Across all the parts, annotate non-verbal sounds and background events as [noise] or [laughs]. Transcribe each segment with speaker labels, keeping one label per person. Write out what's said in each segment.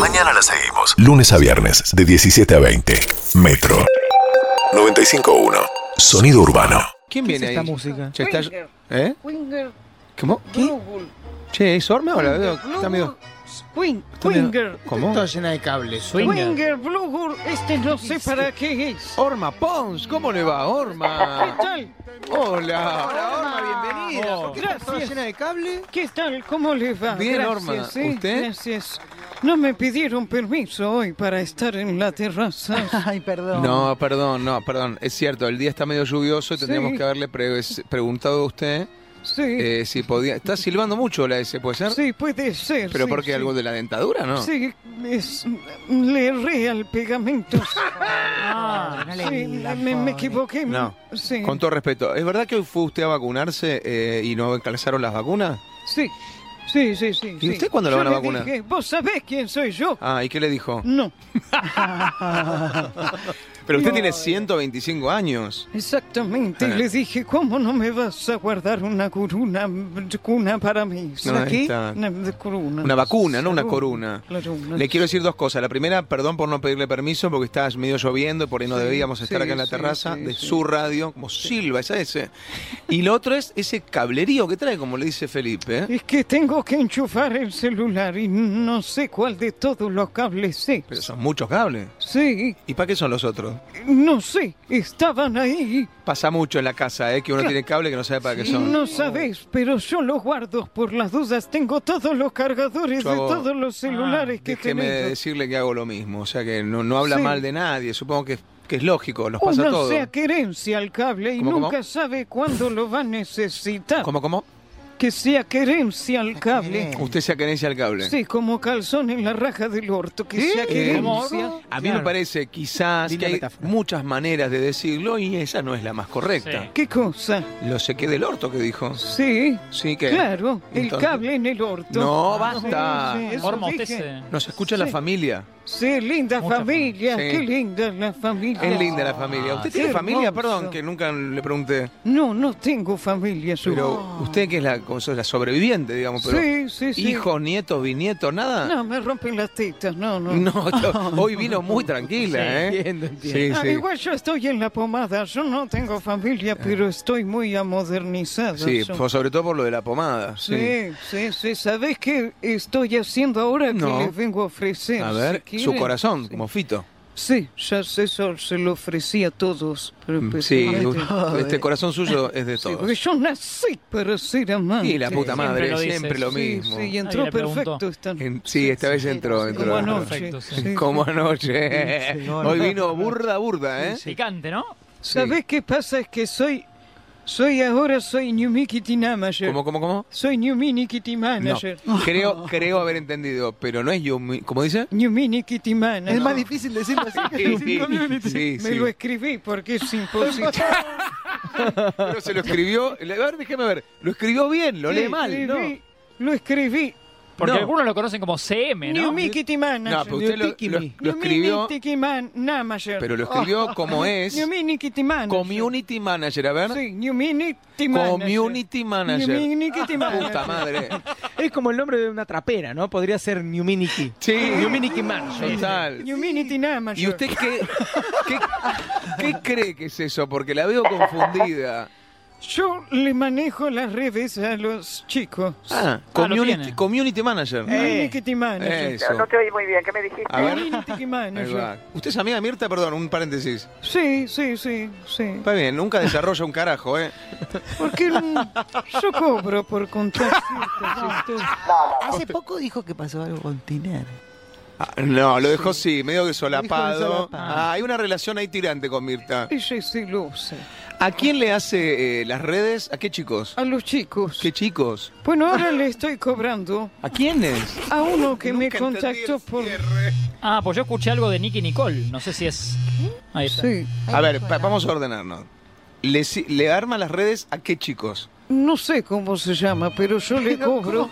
Speaker 1: Mañana la seguimos. Lunes a viernes, de 17 a 20. Metro. 95.1. Sonido urbano.
Speaker 2: ¿Quién
Speaker 3: ¿Qué es
Speaker 2: viene ahí?
Speaker 3: esta música?
Speaker 2: Che, está-
Speaker 4: Winger.
Speaker 2: ¿Eh?
Speaker 4: Winger.
Speaker 2: ¿Cómo?
Speaker 4: Global.
Speaker 2: Che, ¿es Orme o la veo? Está medio...
Speaker 4: Wing-
Speaker 2: está medio-
Speaker 4: Winger.
Speaker 2: ¿Cómo?
Speaker 3: Está llena de cables. Swinger.
Speaker 4: Winger, Blue este no sé para qué es.
Speaker 2: Orma Pons, ¿cómo le va,
Speaker 4: ¿Qué
Speaker 2: Orma?
Speaker 4: [laughs] tal?
Speaker 2: Hola. Hola, Orma, bienvenida.
Speaker 4: Oh,
Speaker 2: ¿Por qué estás toda
Speaker 4: gracias.
Speaker 2: llena de cable?
Speaker 4: ¿Qué tal? ¿Cómo le va?
Speaker 2: Bien,
Speaker 4: Gracias,
Speaker 2: Norma.
Speaker 4: ¿eh?
Speaker 2: ¿Usted?
Speaker 4: Gracias. No me pidieron permiso hoy para estar en la terraza.
Speaker 3: Ay, perdón.
Speaker 2: No, perdón, no, perdón. Es cierto, el día está medio lluvioso y
Speaker 4: Sí.
Speaker 2: tendríamos que haberle pre- preguntado a usted [laughs]
Speaker 4: Sí,
Speaker 2: eh, si podía... Está silbando mucho la S, ¿puede ser?
Speaker 4: sí, puede ser.
Speaker 2: Pero
Speaker 4: sí,
Speaker 2: porque
Speaker 4: sí.
Speaker 2: algo de la dentadura, ¿no?
Speaker 4: Sí, es- le erré al
Speaker 2: [laughs]
Speaker 4: pegamento.
Speaker 3: Ah, no le
Speaker 4: Sí,
Speaker 3: digas,
Speaker 4: me, me
Speaker 3: pobre.
Speaker 4: equivoqué.
Speaker 2: No.
Speaker 4: Sí,
Speaker 2: Con todo respeto, ¿es verdad que hoy fue usted a vacunarse eh, y no calzaron las vacunas?
Speaker 4: sí, sí, sí, sí.
Speaker 2: ¿Y usted cuándo lo
Speaker 4: Yo
Speaker 2: van a
Speaker 4: le
Speaker 2: vacunar?
Speaker 4: dije, ¿Vos sabés quién soy yo?
Speaker 2: Ah, ¿y qué le dijo?
Speaker 4: No,
Speaker 2: Pero usted tiene 125 años.
Speaker 4: exactamente.
Speaker 2: Eh.
Speaker 4: Le dije, ¿cómo no me vas a guardar una curuna, cuna para mí?
Speaker 2: No, ahí
Speaker 4: ¿Qué?
Speaker 2: está.
Speaker 4: Una, de coruna.
Speaker 2: Una vacuna, no una
Speaker 4: Claro,
Speaker 2: coruna.
Speaker 4: claro, una-
Speaker 2: Le quiero decir dos cosas. La primera, perdón por no pedirle permiso porque está medio lloviendo y por ahí no
Speaker 4: Sí,
Speaker 2: debíamos estar
Speaker 4: sí,
Speaker 2: acá en la
Speaker 4: sí,
Speaker 2: terraza
Speaker 4: sí,
Speaker 2: de
Speaker 4: sí.
Speaker 2: su radio, como Silva, esa ese. Y lo otro es ese cablerío que trae, como le dice Felipe. ¿eh?
Speaker 4: Es que tengo que enchufar el celular y no sé cuál de todos los cables es.
Speaker 2: Pero son muchos cables.
Speaker 4: Sí,
Speaker 2: ¿Y para qué son los otros?
Speaker 4: no sé, estaban ahí.
Speaker 2: Pasa mucho en la casa, ¿eh? que uno tiene cable que no sabe para qué
Speaker 4: Y
Speaker 2: son.
Speaker 4: no sabés, pero yo los guardo por las dudas. Tengo todos los cargadores
Speaker 2: Yo
Speaker 4: de
Speaker 2: hago- Ah,
Speaker 4: todos los celulares que
Speaker 2: Déjeme
Speaker 4: tenés.
Speaker 2: decirle que hago lo mismo. O sea que no, no habla
Speaker 4: Sí. Uh,
Speaker 2: mal de nadie. Supongo que, que es lógico, los pasa
Speaker 4: Uno
Speaker 2: todo.
Speaker 4: se querencia al cable y
Speaker 2: ¿Cómo, cómo?
Speaker 4: nunca sabe cuándo lo va a necesitar.
Speaker 2: ¿Cómo, cómo?
Speaker 4: Que sea querencia al cable.
Speaker 3: Bien.
Speaker 2: Usted se acarencia al cable.
Speaker 4: Eh. Sí, como calzón en la raja del orto. Que sea
Speaker 2: ¿Cómo,
Speaker 4: querencia.
Speaker 2: A mí me parece quizás
Speaker 3: Linda
Speaker 2: que hay
Speaker 3: metáfora.
Speaker 2: muchas maneras de decirlo y esa no es la más correcta.
Speaker 4: ¿Qué cosa?
Speaker 2: Lo sé que del orto que dijo.
Speaker 4: Sí,
Speaker 2: Sí que.
Speaker 4: claro, el
Speaker 2: Entonces-
Speaker 4: cable en el orto.
Speaker 2: No,
Speaker 4: Sí,
Speaker 2: basta.
Speaker 4: sí, eso
Speaker 5: Orma, usted
Speaker 4: dije.
Speaker 5: se-
Speaker 2: Nos escucha
Speaker 4: Sí.
Speaker 2: la familia.
Speaker 4: Sí, linda
Speaker 5: Mucha
Speaker 4: familia,
Speaker 2: familia.
Speaker 4: qué
Speaker 2: Sí.
Speaker 4: linda la familia.
Speaker 2: Es linda la familia. ¿Usted tiene
Speaker 4: qué
Speaker 2: familia?
Speaker 4: hermoso.
Speaker 2: Perdón, que nunca le pregunté.
Speaker 4: No, no tengo familia, su-
Speaker 2: Pero usted que es la, como sos la sobreviviente, digamos, pero.
Speaker 4: Sí, sí, sí.
Speaker 2: ¿Hijos, nietos, bisnietos, nada?
Speaker 4: No, me rompen las tetas, no, [laughs] no.
Speaker 2: [laughs] No, hoy vino muy tranquila,
Speaker 5: Sí,
Speaker 2: ¿eh?
Speaker 3: entiendo, entiendo.
Speaker 2: Sí,
Speaker 4: Ah,
Speaker 2: sí.
Speaker 4: Igual yo estoy en la pomada, yo no tengo familia, pero estoy muy amodernizada.
Speaker 2: Sí,
Speaker 4: yo.
Speaker 2: por- sobre todo por lo de la pomada. Sí.
Speaker 4: sí, sí, sí. ¿Sabés qué estoy haciendo ahora
Speaker 2: No.
Speaker 4: que les vengo a ofrecer?
Speaker 2: A ver,
Speaker 4: si
Speaker 2: su
Speaker 4: quieren?
Speaker 2: corazón, como Fito.
Speaker 4: Sí, ya sé, eso se lo ofrecí a todos. Pero
Speaker 2: Mm, Sí,
Speaker 4: especialmente-
Speaker 2: este corazón suyo es de
Speaker 4: ¿eh? Sí,
Speaker 2: todos.
Speaker 4: porque yo nací para ser amante.
Speaker 2: Y la puta
Speaker 5: Siempre
Speaker 2: madre,
Speaker 5: lo dices.
Speaker 2: siempre lo
Speaker 5: Sí,
Speaker 2: mismo.
Speaker 4: Sí, y
Speaker 2: Sí,
Speaker 4: entró
Speaker 5: le preguntó.
Speaker 4: perfecto esta
Speaker 2: esta vez entró, entró.
Speaker 4: Como
Speaker 5: entró.
Speaker 4: anoche.
Speaker 5: Perfecto, sí.
Speaker 2: Como anoche. Hoy vino burda, burda, ¿eh?
Speaker 5: Picante, ¿no?
Speaker 4: ¿Sabés qué pasa? Es que soy. Soy ahora, soy New Mickey Team Manager.
Speaker 2: ¿Cómo, cómo, cómo?
Speaker 4: Soy New Mickey Team
Speaker 2: No.
Speaker 4: Manager.
Speaker 2: Creo, creo haber entendido, pero no es Yumi. ¿Cómo dice?
Speaker 4: New Mickey Team Manager.
Speaker 3: Es más difícil decirlo así que
Speaker 2: Sí,
Speaker 3: decir community.
Speaker 2: sí,
Speaker 4: Me
Speaker 2: sí.
Speaker 4: lo escribí porque es imposible.
Speaker 2: Pero se lo escribió. A ver, déjame ver. Lo escribió bien, lo lee
Speaker 4: Lo
Speaker 2: mal, ¿no?
Speaker 4: escribí, Lo escribí.
Speaker 5: Porque
Speaker 2: No.
Speaker 5: algunos lo conocen como CM,
Speaker 4: New
Speaker 5: ¿no?
Speaker 4: Mickey Team Manager.
Speaker 2: No, pero usted lo, lo- lo
Speaker 4: New
Speaker 2: escribió,
Speaker 4: Mickey Team Man- Manager.
Speaker 2: pero lo escribió como es.
Speaker 4: New Mickey Team Manager.
Speaker 2: Community Manager, a ver.
Speaker 4: Sí, New Mickey Manager.
Speaker 2: Community Manager.
Speaker 4: New Mickey Team Manager.
Speaker 2: Puta madre.
Speaker 6: Es como el nombre de una trapera, ¿no? Podría ser Numiniki.
Speaker 2: Sí.
Speaker 6: Numiniki Mansion.
Speaker 2: Total.
Speaker 4: New Mickey Manager.
Speaker 2: ¿Y usted qué,
Speaker 4: [laughs]
Speaker 2: qué, qué cree que es eso? Porque la veo confundida.
Speaker 4: Yo le manejo las redes a los chicos.
Speaker 2: Ah,
Speaker 5: lo
Speaker 2: Community,
Speaker 5: tiene.
Speaker 2: community Manager.
Speaker 4: New Mickey Manager.
Speaker 2: Eso.
Speaker 7: No te oí muy bien, ¿qué me dijiste?
Speaker 2: A ver.
Speaker 4: Eh, Community que
Speaker 2: [laughs] Ahí
Speaker 4: manager.
Speaker 2: va. ¿Usted es amiga de Mirta? Perdón, un paréntesis.
Speaker 4: Sí, sí, sí, sí.
Speaker 2: Está bien, nunca desarrolla un carajo, ¿eh?
Speaker 4: Porque mm, yo cobro por contar ciertas historias.
Speaker 3: Hace poco dijo que pasó algo con Tiner.
Speaker 2: Ah, no, lo dejó sí, medio que
Speaker 3: Lo dejó
Speaker 2: solapado.
Speaker 3: solapado.
Speaker 2: Ah, hay una relación ahí tirante con Mirta.
Speaker 4: Ella es celosa.
Speaker 2: ¿A quién le hace eh, las redes? ¿A qué chicos?
Speaker 4: A los chicos.
Speaker 2: ¿Qué chicos?
Speaker 4: Bueno, ahora le estoy cobrando
Speaker 2: ¿A quiénes?
Speaker 4: a uno que me
Speaker 2: Nunca entendí
Speaker 4: contactó
Speaker 2: el
Speaker 4: por...
Speaker 2: cierre.
Speaker 5: Ah, pues yo escuché algo de Nicky Nicole. No sé si es. Ahí está.
Speaker 4: Sí.
Speaker 2: A ver, pa- vamos a ordenarnos. Le, si- le arma las redes a qué chicos?
Speaker 4: No sé cómo se llama, pero
Speaker 2: [laughs]
Speaker 4: yo le cobro.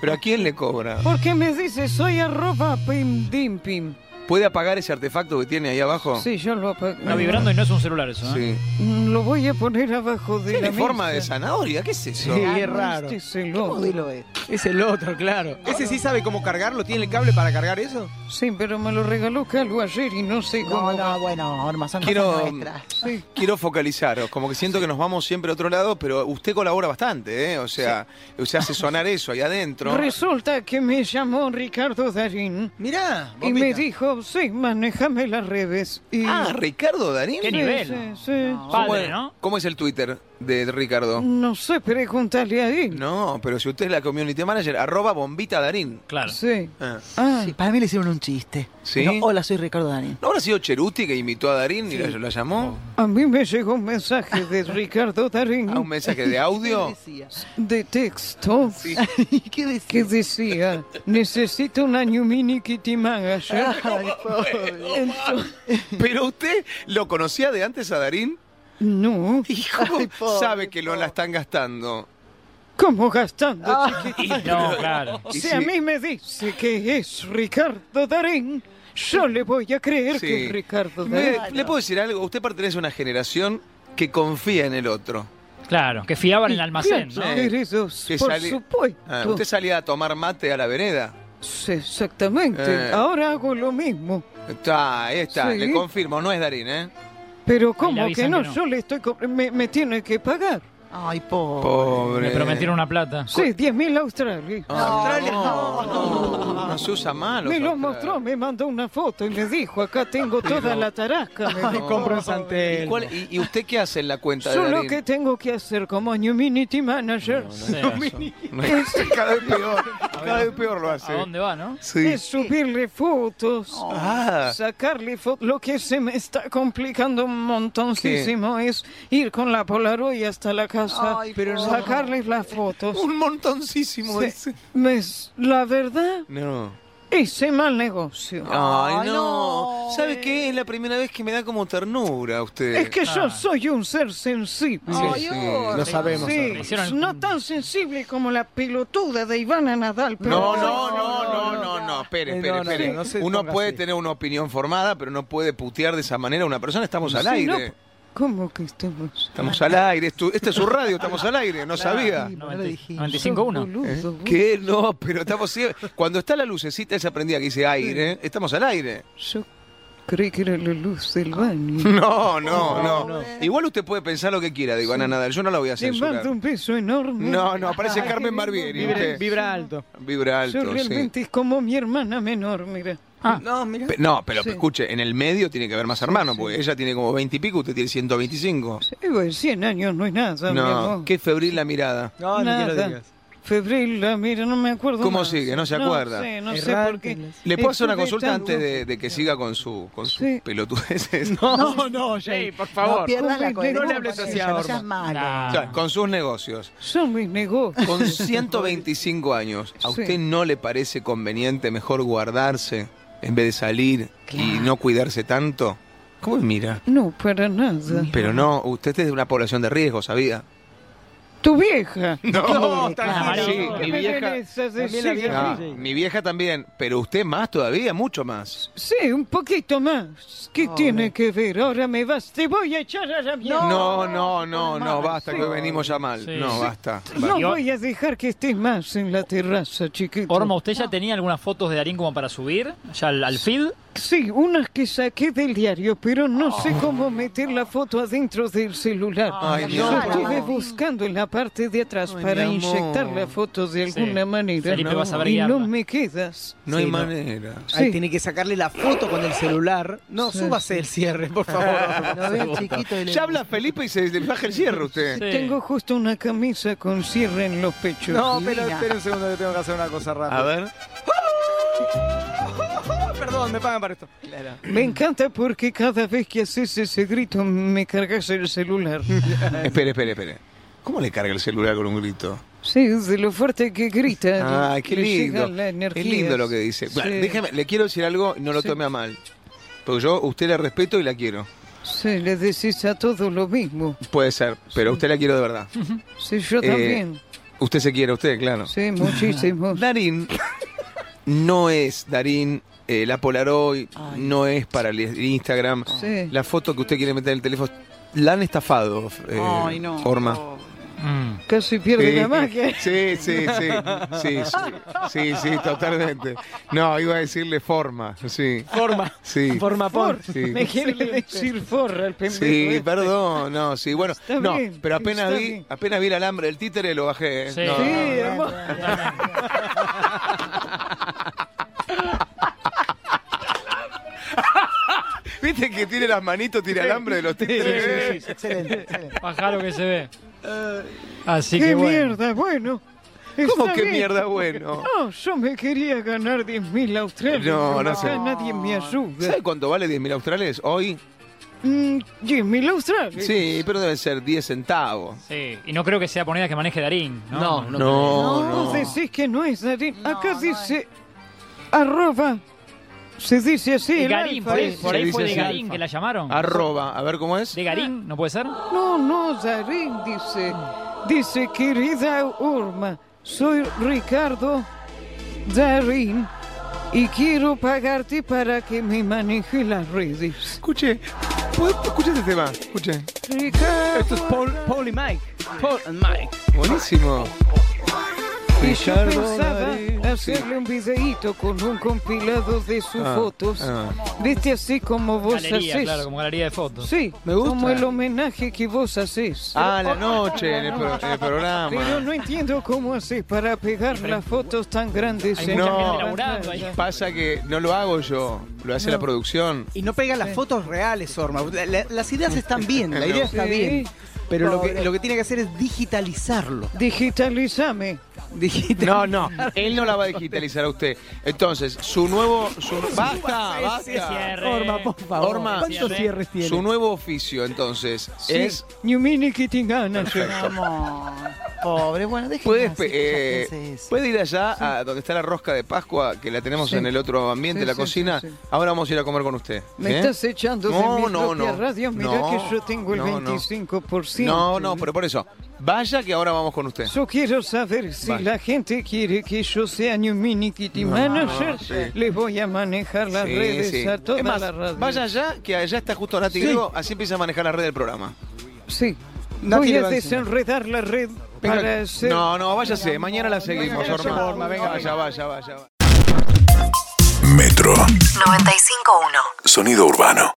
Speaker 2: ¿Pero a quién le cobra?
Speaker 4: Porque me dice, soy arroba pim dim pim.
Speaker 2: ¿Puede apagar ese artefacto que tiene ahí abajo?
Speaker 4: Sí, yo lo apago.
Speaker 5: Está vibrando y no es un celular eso,
Speaker 6: Ah,
Speaker 5: ¿eh?
Speaker 2: Sí.
Speaker 4: Mm, Lo voy a poner abajo de la
Speaker 2: Tiene forma de
Speaker 4: mesa.
Speaker 2: zanahoria, ¿qué es eso?
Speaker 6: Sí.
Speaker 3: Ah,
Speaker 6: es
Speaker 3: no,
Speaker 6: raro.
Speaker 4: Este
Speaker 3: este es-
Speaker 4: es el
Speaker 3: ¿Qué
Speaker 4: otro.
Speaker 3: modelo es?
Speaker 6: Es el otro, claro. ¿Ese sí sabe cómo cargarlo? ¿Tiene el cable para cargar eso?
Speaker 4: Sí, pero me lo regaló Calvo ayer y no sé cómo.
Speaker 3: No,
Speaker 4: va.
Speaker 3: no, bueno, Norma, son
Speaker 2: Quiero-
Speaker 3: cosas nuestras.
Speaker 4: Sí.
Speaker 2: Quiero focalizaros, como que siento que nos vamos siempre a otro lado, pero usted colabora bastante, ¿eh? O sea, usted hace sonar eso ahí adentro.
Speaker 4: Resulta que me llamó Ricardo Darín
Speaker 6: Mirá,
Speaker 4: y me dijo, sí, manejame las redes. Y...
Speaker 2: Ah, Ricardo Darín.
Speaker 5: ¿Qué
Speaker 4: Sí,
Speaker 5: nivel?
Speaker 4: sí, sí.
Speaker 5: No. Padre,
Speaker 2: Bueno,
Speaker 5: ¿no?
Speaker 2: ¿Cómo es el Twitter de
Speaker 6: Mm.
Speaker 2: Ricardo?
Speaker 4: No sé, pregúntale a él.
Speaker 2: No, pero si usted es la community manager, arroba bombita Darín.
Speaker 5: Claro.
Speaker 4: Sí.
Speaker 2: Ah.
Speaker 4: Ah,
Speaker 3: Sí, para mí le hicieron un chiste.
Speaker 2: ¿Sí?
Speaker 3: Dijo, Hola, soy Ricardo Dani.
Speaker 2: ¿No habrá sido Cheruti que imitó a Darín y lo, lo llamó?
Speaker 4: a mí me llegó un mensaje
Speaker 2: [laughs]
Speaker 4: de Ricardo Darín
Speaker 2: ¿A un mensaje de
Speaker 4: [laughs]
Speaker 2: audio?
Speaker 3: decía? [laughs]
Speaker 4: de texto
Speaker 3: ¿Qué decía?
Speaker 4: que decía, necesito una New Mini Kitty
Speaker 2: Ah.
Speaker 4: Manager.
Speaker 3: Ay, pobre.
Speaker 2: ¿Pero usted lo conocía de antes a Darín?
Speaker 4: No,
Speaker 2: ¿Y cómo
Speaker 3: Ay, pobre,
Speaker 2: sabe que lo la están gastando?
Speaker 4: ¿cómo gastando, chiquitito?
Speaker 5: No, claro.
Speaker 2: Ah. Y
Speaker 4: Si
Speaker 2: si-
Speaker 4: a mí me dice que es Ricardo Darín, yo le voy a creer
Speaker 2: Sí.
Speaker 4: que es Ricardo Darín.
Speaker 2: ¿Le, le puedo decir algo? Usted pertenece a una generación que confía en el otro.
Speaker 5: Claro. Que fiaban el almacén,
Speaker 4: Bien,
Speaker 5: ¿no?
Speaker 4: queridos,
Speaker 2: Que
Speaker 4: por
Speaker 2: sale-
Speaker 4: supuesto.
Speaker 2: Ah, usted salía a tomar mate a la vereda.
Speaker 4: Sí, Exactamente.
Speaker 2: Eh.
Speaker 4: Ahora hago lo mismo.
Speaker 2: Está, ahí está,
Speaker 4: Sí.
Speaker 2: le confirmo, no es Darín, ¿eh?
Speaker 4: Pero
Speaker 5: le
Speaker 4: ¿cómo que
Speaker 5: avisan
Speaker 4: no?
Speaker 5: que no.
Speaker 4: Yo le estoy... co- Me, me tiene que pagar.
Speaker 3: Ay, pobre.
Speaker 2: Pobre.
Speaker 5: Me prometieron una plata.
Speaker 4: Sí, 10.000 mil australes.
Speaker 2: No,
Speaker 3: Australia,
Speaker 2: no, no,
Speaker 3: no.
Speaker 2: Ah, no se usa mal.
Speaker 4: Me
Speaker 2: los
Speaker 4: lo
Speaker 2: australes.
Speaker 4: mostró, me mandó una foto y me dijo,
Speaker 2: [laughs]
Speaker 4: acá tengo toda la tarasca. me dijo.
Speaker 6: Compro un santel.
Speaker 2: ¿Y, cuál- y- y usted qué hace en la cuenta de
Speaker 4: Solo
Speaker 2: Darín? [laughs]
Speaker 4: que tengo que hacer como Community Manager [laughs]
Speaker 5: Sí, eso.
Speaker 2: No, cada vez peor, cada vez peor lo
Speaker 5: ¿A
Speaker 2: hace.
Speaker 5: dónde va, no?
Speaker 2: Sí.
Speaker 4: es subirle fotos,
Speaker 2: Ah,
Speaker 4: sacarle fotos. Lo que se me está complicando un montoncísimo es ir con la Polaroid hasta la casa,
Speaker 3: Ay,
Speaker 4: pero
Speaker 3: pobre.
Speaker 4: sacarles las fotos.
Speaker 2: un montoncísimo
Speaker 4: Sí.
Speaker 2: ese.
Speaker 4: Me Pues, es- la verdad,
Speaker 2: No.
Speaker 4: hice mal negocio.
Speaker 2: Ay,
Speaker 3: Ay,
Speaker 2: no.
Speaker 3: no.
Speaker 2: ¿Sabe qué? Es la primera vez que me da como ternura a usted.
Speaker 4: Es que yo
Speaker 5: Ah.
Speaker 4: soy un ser sensible.
Speaker 3: Ay,
Speaker 2: sí.
Speaker 3: horrible.
Speaker 2: Lo
Speaker 6: sabemos.
Speaker 4: Sí,
Speaker 5: Le hicieron-
Speaker 4: no tan sensible como la pelotuda de Ivana Nadal. Pero
Speaker 2: No,
Speaker 4: soy-
Speaker 2: no, no, no, no, no, espere,
Speaker 6: Eh,
Speaker 2: espere,
Speaker 6: no, no,
Speaker 2: espere.
Speaker 6: no se
Speaker 2: Uno
Speaker 6: ponga
Speaker 2: puede
Speaker 6: así.
Speaker 2: tener una opinión formada, pero no puede putear de esa manera a una persona. Estamos al
Speaker 4: Sí, no,
Speaker 2: aire.
Speaker 4: ¿Cómo que estamos?
Speaker 2: Estamos al aire. Estu- Esta es su radio, estamos al aire. No sabía.
Speaker 3: no lo dijiste.
Speaker 5: 95-1.
Speaker 4: Boludo,
Speaker 2: ¿Eh? ¿Qué? No, pero estamos siempre. Cuando está la lucecita esa prendida que dice aire, estamos al aire.
Speaker 4: Yo creí que era la luz
Speaker 2: Ah.
Speaker 4: del baño.
Speaker 2: [laughs] No, no, no. Igual usted puede pensar lo que quiera de Ivana Nadal. Yo no la voy a
Speaker 4: Te
Speaker 2: censurar.
Speaker 4: mando un beso enorme.
Speaker 2: No, no, parece Carmen Barbieri.
Speaker 6: Vibra,
Speaker 2: usted.
Speaker 6: vibra alto.
Speaker 2: Vibra
Speaker 4: Yo
Speaker 2: alto, sí.
Speaker 4: realmente es como mi hermana menor, mira.
Speaker 6: No, mira.
Speaker 2: Pe- No, pero
Speaker 4: Sí.
Speaker 2: escuche, en el medio tiene que haber más hermanos, porque ella tiene como 20 y pico, usted tiene 125.
Speaker 4: Llevo de 100 años, no es nada, mi
Speaker 2: No,
Speaker 4: amor.
Speaker 2: qué febril la mirada.
Speaker 6: No, ni que lo
Speaker 4: Nada.
Speaker 6: digas.
Speaker 4: Febril, eh, mira, no me acuerdo
Speaker 2: ¿Cómo
Speaker 4: más.
Speaker 2: sigue? No se acuerda.
Speaker 4: No sé, no sé
Speaker 6: Errante
Speaker 4: por
Speaker 6: en
Speaker 4: qué.
Speaker 6: las-
Speaker 2: ¿Le puedo hacer una
Speaker 4: Estuve
Speaker 2: consulta
Speaker 4: tan
Speaker 2: antes de, de que siga con su, con su
Speaker 4: Sí.
Speaker 2: pelotudeces?
Speaker 6: [laughs]
Speaker 2: [laughs]
Speaker 6: No, no, Jay, por
Speaker 3: No
Speaker 6: favor.
Speaker 3: pierdas la
Speaker 4: No
Speaker 3: coherencia.
Speaker 6: le hables
Speaker 3: con
Speaker 6: así
Speaker 3: ella,
Speaker 6: a
Speaker 3: No
Speaker 6: Norma.
Speaker 3: seas malo.
Speaker 5: Nah.
Speaker 2: O sea, con sus negocios.
Speaker 4: Son mis negocios.
Speaker 6: [laughs]
Speaker 2: Con 125 años, ¿a
Speaker 4: Sí.
Speaker 2: usted no le parece conveniente mejor guardarse en vez de salir y no cuidarse tanto? ¿Cómo me mira?
Speaker 4: No, para nada.
Speaker 2: Pero no, usted es de una población de riesgo, ¿sabía?
Speaker 4: Tu vieja.
Speaker 2: No,
Speaker 5: tranquilo.
Speaker 2: Ah, Sí,
Speaker 5: No,
Speaker 2: mi
Speaker 4: me
Speaker 2: vieja.
Speaker 4: venés a
Speaker 6: también la
Speaker 4: decir
Speaker 6: vieja.
Speaker 4: a
Speaker 2: Ah,
Speaker 4: mí?
Speaker 6: Sí.
Speaker 2: mi vieja también, pero usted más todavía, mucho más.
Speaker 4: Sí, un poquito más. ¿Qué
Speaker 2: Oh,
Speaker 4: tiene que ver? Ahora me vas, te voy a echar a la mierda.
Speaker 2: No, no, no, no, basta, que hoy venimos ya mal.
Speaker 5: Sí.
Speaker 2: No, basta.
Speaker 4: No
Speaker 5: Yo-
Speaker 4: voy a dejar que estés más en la terraza, chiquito.
Speaker 5: Orma, ¿usted ya tenía algunas fotos de Darín como para subir? ¿Ya al, al feed?
Speaker 4: Sí, unas que saqué del diario, pero no sé cómo meter la foto adentro del celular.
Speaker 2: Ah. Ay,
Speaker 4: Yo
Speaker 2: no.
Speaker 4: estuve buscando en la parte de atrás
Speaker 2: Ay,
Speaker 4: para
Speaker 2: mi amor.
Speaker 4: inyectar la foto de
Speaker 5: Sí.
Speaker 4: alguna manera.
Speaker 5: Felipe va a saber
Speaker 4: y no
Speaker 5: guiarla.
Speaker 4: me quedas.
Speaker 2: No
Speaker 6: Sí,
Speaker 2: hay
Speaker 6: no.
Speaker 2: manera.
Speaker 6: Ay,
Speaker 4: Sí.
Speaker 6: tiene que sacarle la foto con el celular. No,
Speaker 4: Sí.
Speaker 6: súbase el cierre, por favor.
Speaker 3: Lo ve al chiquito y le-
Speaker 2: Ya habla Felipe y se le baja el cierre usted.
Speaker 5: Sí.
Speaker 4: Tengo justo una camisa con cierre en los pechos.
Speaker 6: No, pero espera un segundo que tengo que hacer una cosa rápida.
Speaker 2: A ver.
Speaker 6: Perdón, me pagan para esto.
Speaker 4: Me encanta porque cada vez que haces ese grito me cargas
Speaker 2: [laughs]
Speaker 4: el celular.
Speaker 2: Espere, espere, espere. ¿Cómo le carga el celular con un grito?
Speaker 4: Sí, de lo fuerte que grita.
Speaker 2: Ah, qué
Speaker 4: le
Speaker 2: lindo.
Speaker 4: llega la energía.
Speaker 2: Es lindo lo que dice.
Speaker 4: Sí,
Speaker 2: Bueno, déjeme, le quiero decir algo, no lo
Speaker 4: Sí.
Speaker 2: tome a mal. Porque yo a usted la respeto y la quiero.
Speaker 4: sí, le decís a todos lo mismo.
Speaker 2: Puede ser, pero a usted la quiero de verdad.
Speaker 4: Sí, yo
Speaker 2: Eh,
Speaker 4: también.
Speaker 2: Usted se quiere, usted, claro. [laughs]
Speaker 4: Sí, muchísimo.
Speaker 2: Darín no es Darín, eh, la Polaroid
Speaker 3: Ay.
Speaker 2: no es para el Instagram.
Speaker 4: Sí.
Speaker 2: La foto que usted quiere meter en el teléfono, la han estafado, eh,
Speaker 3: Ay, no.
Speaker 2: Orma.
Speaker 5: Mm.
Speaker 4: Casi pierde
Speaker 2: Sí.
Speaker 4: la magia.
Speaker 2: Sí, sí, sí, sí, sí, sí, sí, totalmente. No, iba a decirle forma, sí,
Speaker 6: Forma.
Speaker 2: sí.
Speaker 6: Forma por.
Speaker 2: Sí.
Speaker 4: Me quiere decir forra el pendejo.
Speaker 2: Sí,
Speaker 4: este.
Speaker 2: perdón, no, sí, bueno,
Speaker 4: Está
Speaker 2: no,
Speaker 4: bien,
Speaker 2: pero apenas
Speaker 4: está
Speaker 2: vi,
Speaker 4: bien.
Speaker 2: apenas vi el alambre del títere lo bajé. ¿eh?
Speaker 5: Sí.
Speaker 2: No,
Speaker 4: Sí,
Speaker 2: no, no.
Speaker 4: hermoso.
Speaker 2: [laughs] ¿Viste que tiene las manitos, tiene alambre de los títeres? eh?
Speaker 5: Sí, sí, sí,
Speaker 6: Excelente, excelente.
Speaker 5: Pájaro que se ve. Así que
Speaker 4: ¡Qué
Speaker 5: bueno.
Speaker 4: mierda! Bueno.
Speaker 2: ¿Cómo
Speaker 4: está
Speaker 2: que
Speaker 4: bien.
Speaker 2: mierda bueno?
Speaker 4: No, yo me quería ganar 10.000 australianos.
Speaker 2: No, no
Speaker 4: acá
Speaker 2: sé.
Speaker 4: nadie me ayuda.
Speaker 2: ¿Sabe cuánto vale 10.000 australes hoy?
Speaker 4: Mm, 10.000 australes.
Speaker 2: Sí, pero deben ser 10 centavos.
Speaker 5: Sí, y no creo que sea moneda que maneje Darín. No,
Speaker 2: No, no.
Speaker 4: Vos decís que no es Darín. Acá dice arroba. Se dice así. el
Speaker 5: Garín,
Speaker 4: alfa eh.
Speaker 5: por ahí,
Speaker 4: es.
Speaker 5: por ahí
Speaker 2: Se dice
Speaker 5: fue de
Speaker 2: así,
Speaker 5: Garín
Speaker 2: alfa.
Speaker 5: que la llamaron.
Speaker 2: Arroba, a ver cómo es.
Speaker 5: ¿De Garín? ¿No puede ser?
Speaker 4: No, no, Darín dice. Dice, querida Urma, soy Ricardo Darín y quiero pagarte para que me maneje las redes.
Speaker 2: Escuche, ¿puedo- escuche este tema, escuche.
Speaker 4: Ricardo
Speaker 2: Esto es Paul,
Speaker 6: Paul y Mike.
Speaker 2: Paul and Mike. Buenísimo.
Speaker 4: Y yo
Speaker 2: Ricardo
Speaker 4: pensaba
Speaker 2: Darín.
Speaker 4: hacerle un videíto con un compilado de sus
Speaker 2: Ah,
Speaker 4: fotos.
Speaker 2: ah.
Speaker 4: Viste así como vos
Speaker 5: Galería,
Speaker 4: hacés.
Speaker 5: claro, como galería de fotos.
Speaker 4: Sí,
Speaker 2: Me gusta.
Speaker 4: como el homenaje que vos hacés.
Speaker 2: Ah, la noche en el, pro- en el
Speaker 4: Pero
Speaker 2: programa.
Speaker 4: no entiendo cómo haces para pegar las fotos tan grandes.
Speaker 5: Hay
Speaker 4: en
Speaker 5: mucha
Speaker 4: la
Speaker 5: gente
Speaker 4: pantalla.
Speaker 5: laburando ahí.
Speaker 2: Pasa que no lo hago yo, lo hace la producción.
Speaker 6: Y no pega las fotos reales, Orma. La- la- las ideas están bien, la idea está
Speaker 4: Sí.
Speaker 6: bien. Pero lo que, lo que tiene que hacer es digitalizarlo.
Speaker 4: Digitalizame.
Speaker 6: Digital.
Speaker 2: No, no, él no la va a digitalizar a usted. Entonces, su nuevo. Su, basta, basta.
Speaker 5: Cierre.
Speaker 6: Orma, por favor.
Speaker 2: Orma,
Speaker 6: ¿Cuántos
Speaker 5: cierre.
Speaker 6: cierres tiene?
Speaker 2: Su nuevo oficio, entonces, es.
Speaker 4: Numini Kitingana.
Speaker 3: Vamos. Pobre, bueno, déjenme
Speaker 2: Puede,
Speaker 3: así, que
Speaker 2: eh,
Speaker 3: ella piense eso.
Speaker 2: puede ir allá a donde está la rosca de Pascua, que la tenemos en el otro ambiente,
Speaker 4: Sí,
Speaker 2: la
Speaker 4: sí,
Speaker 2: cocina.
Speaker 4: sí, sí.
Speaker 2: Ahora vamos a ir a comer con usted.
Speaker 4: Me
Speaker 2: ¿eh?
Speaker 4: estás echando
Speaker 2: No,
Speaker 4: de mi
Speaker 2: no,
Speaker 4: propia
Speaker 2: no.
Speaker 4: radio. Mirá
Speaker 2: No,
Speaker 4: que yo tengo el ¿eh?
Speaker 2: no, no.
Speaker 4: 25%.
Speaker 2: No, no, pero por eso. Vaya que ahora vamos con usted.
Speaker 4: Yo quiero saber si
Speaker 2: Vale.
Speaker 4: la gente quiere que yo sea Numini Kitty Manager. Les voy a manejar las
Speaker 2: Sí,
Speaker 4: redes
Speaker 2: sí.
Speaker 4: a toda
Speaker 2: Es más,
Speaker 4: la radio.
Speaker 2: Vaya allá, que allá está justo Nati
Speaker 6: Sí.
Speaker 2: Grego, así empieza a manejar la red del programa.
Speaker 4: Sí.
Speaker 6: No
Speaker 4: voy
Speaker 6: quiere
Speaker 4: a
Speaker 6: avanzar.
Speaker 4: desenredar la red
Speaker 2: Venga,
Speaker 4: para hacer...
Speaker 2: No, no, váyase, mañana la seguimos,
Speaker 6: Venga,
Speaker 2: Orma.
Speaker 6: Orma, venga,
Speaker 2: vaya, vaya, vaya. vaya.
Speaker 1: Metro.
Speaker 7: 95.1.
Speaker 1: Sonido urbano.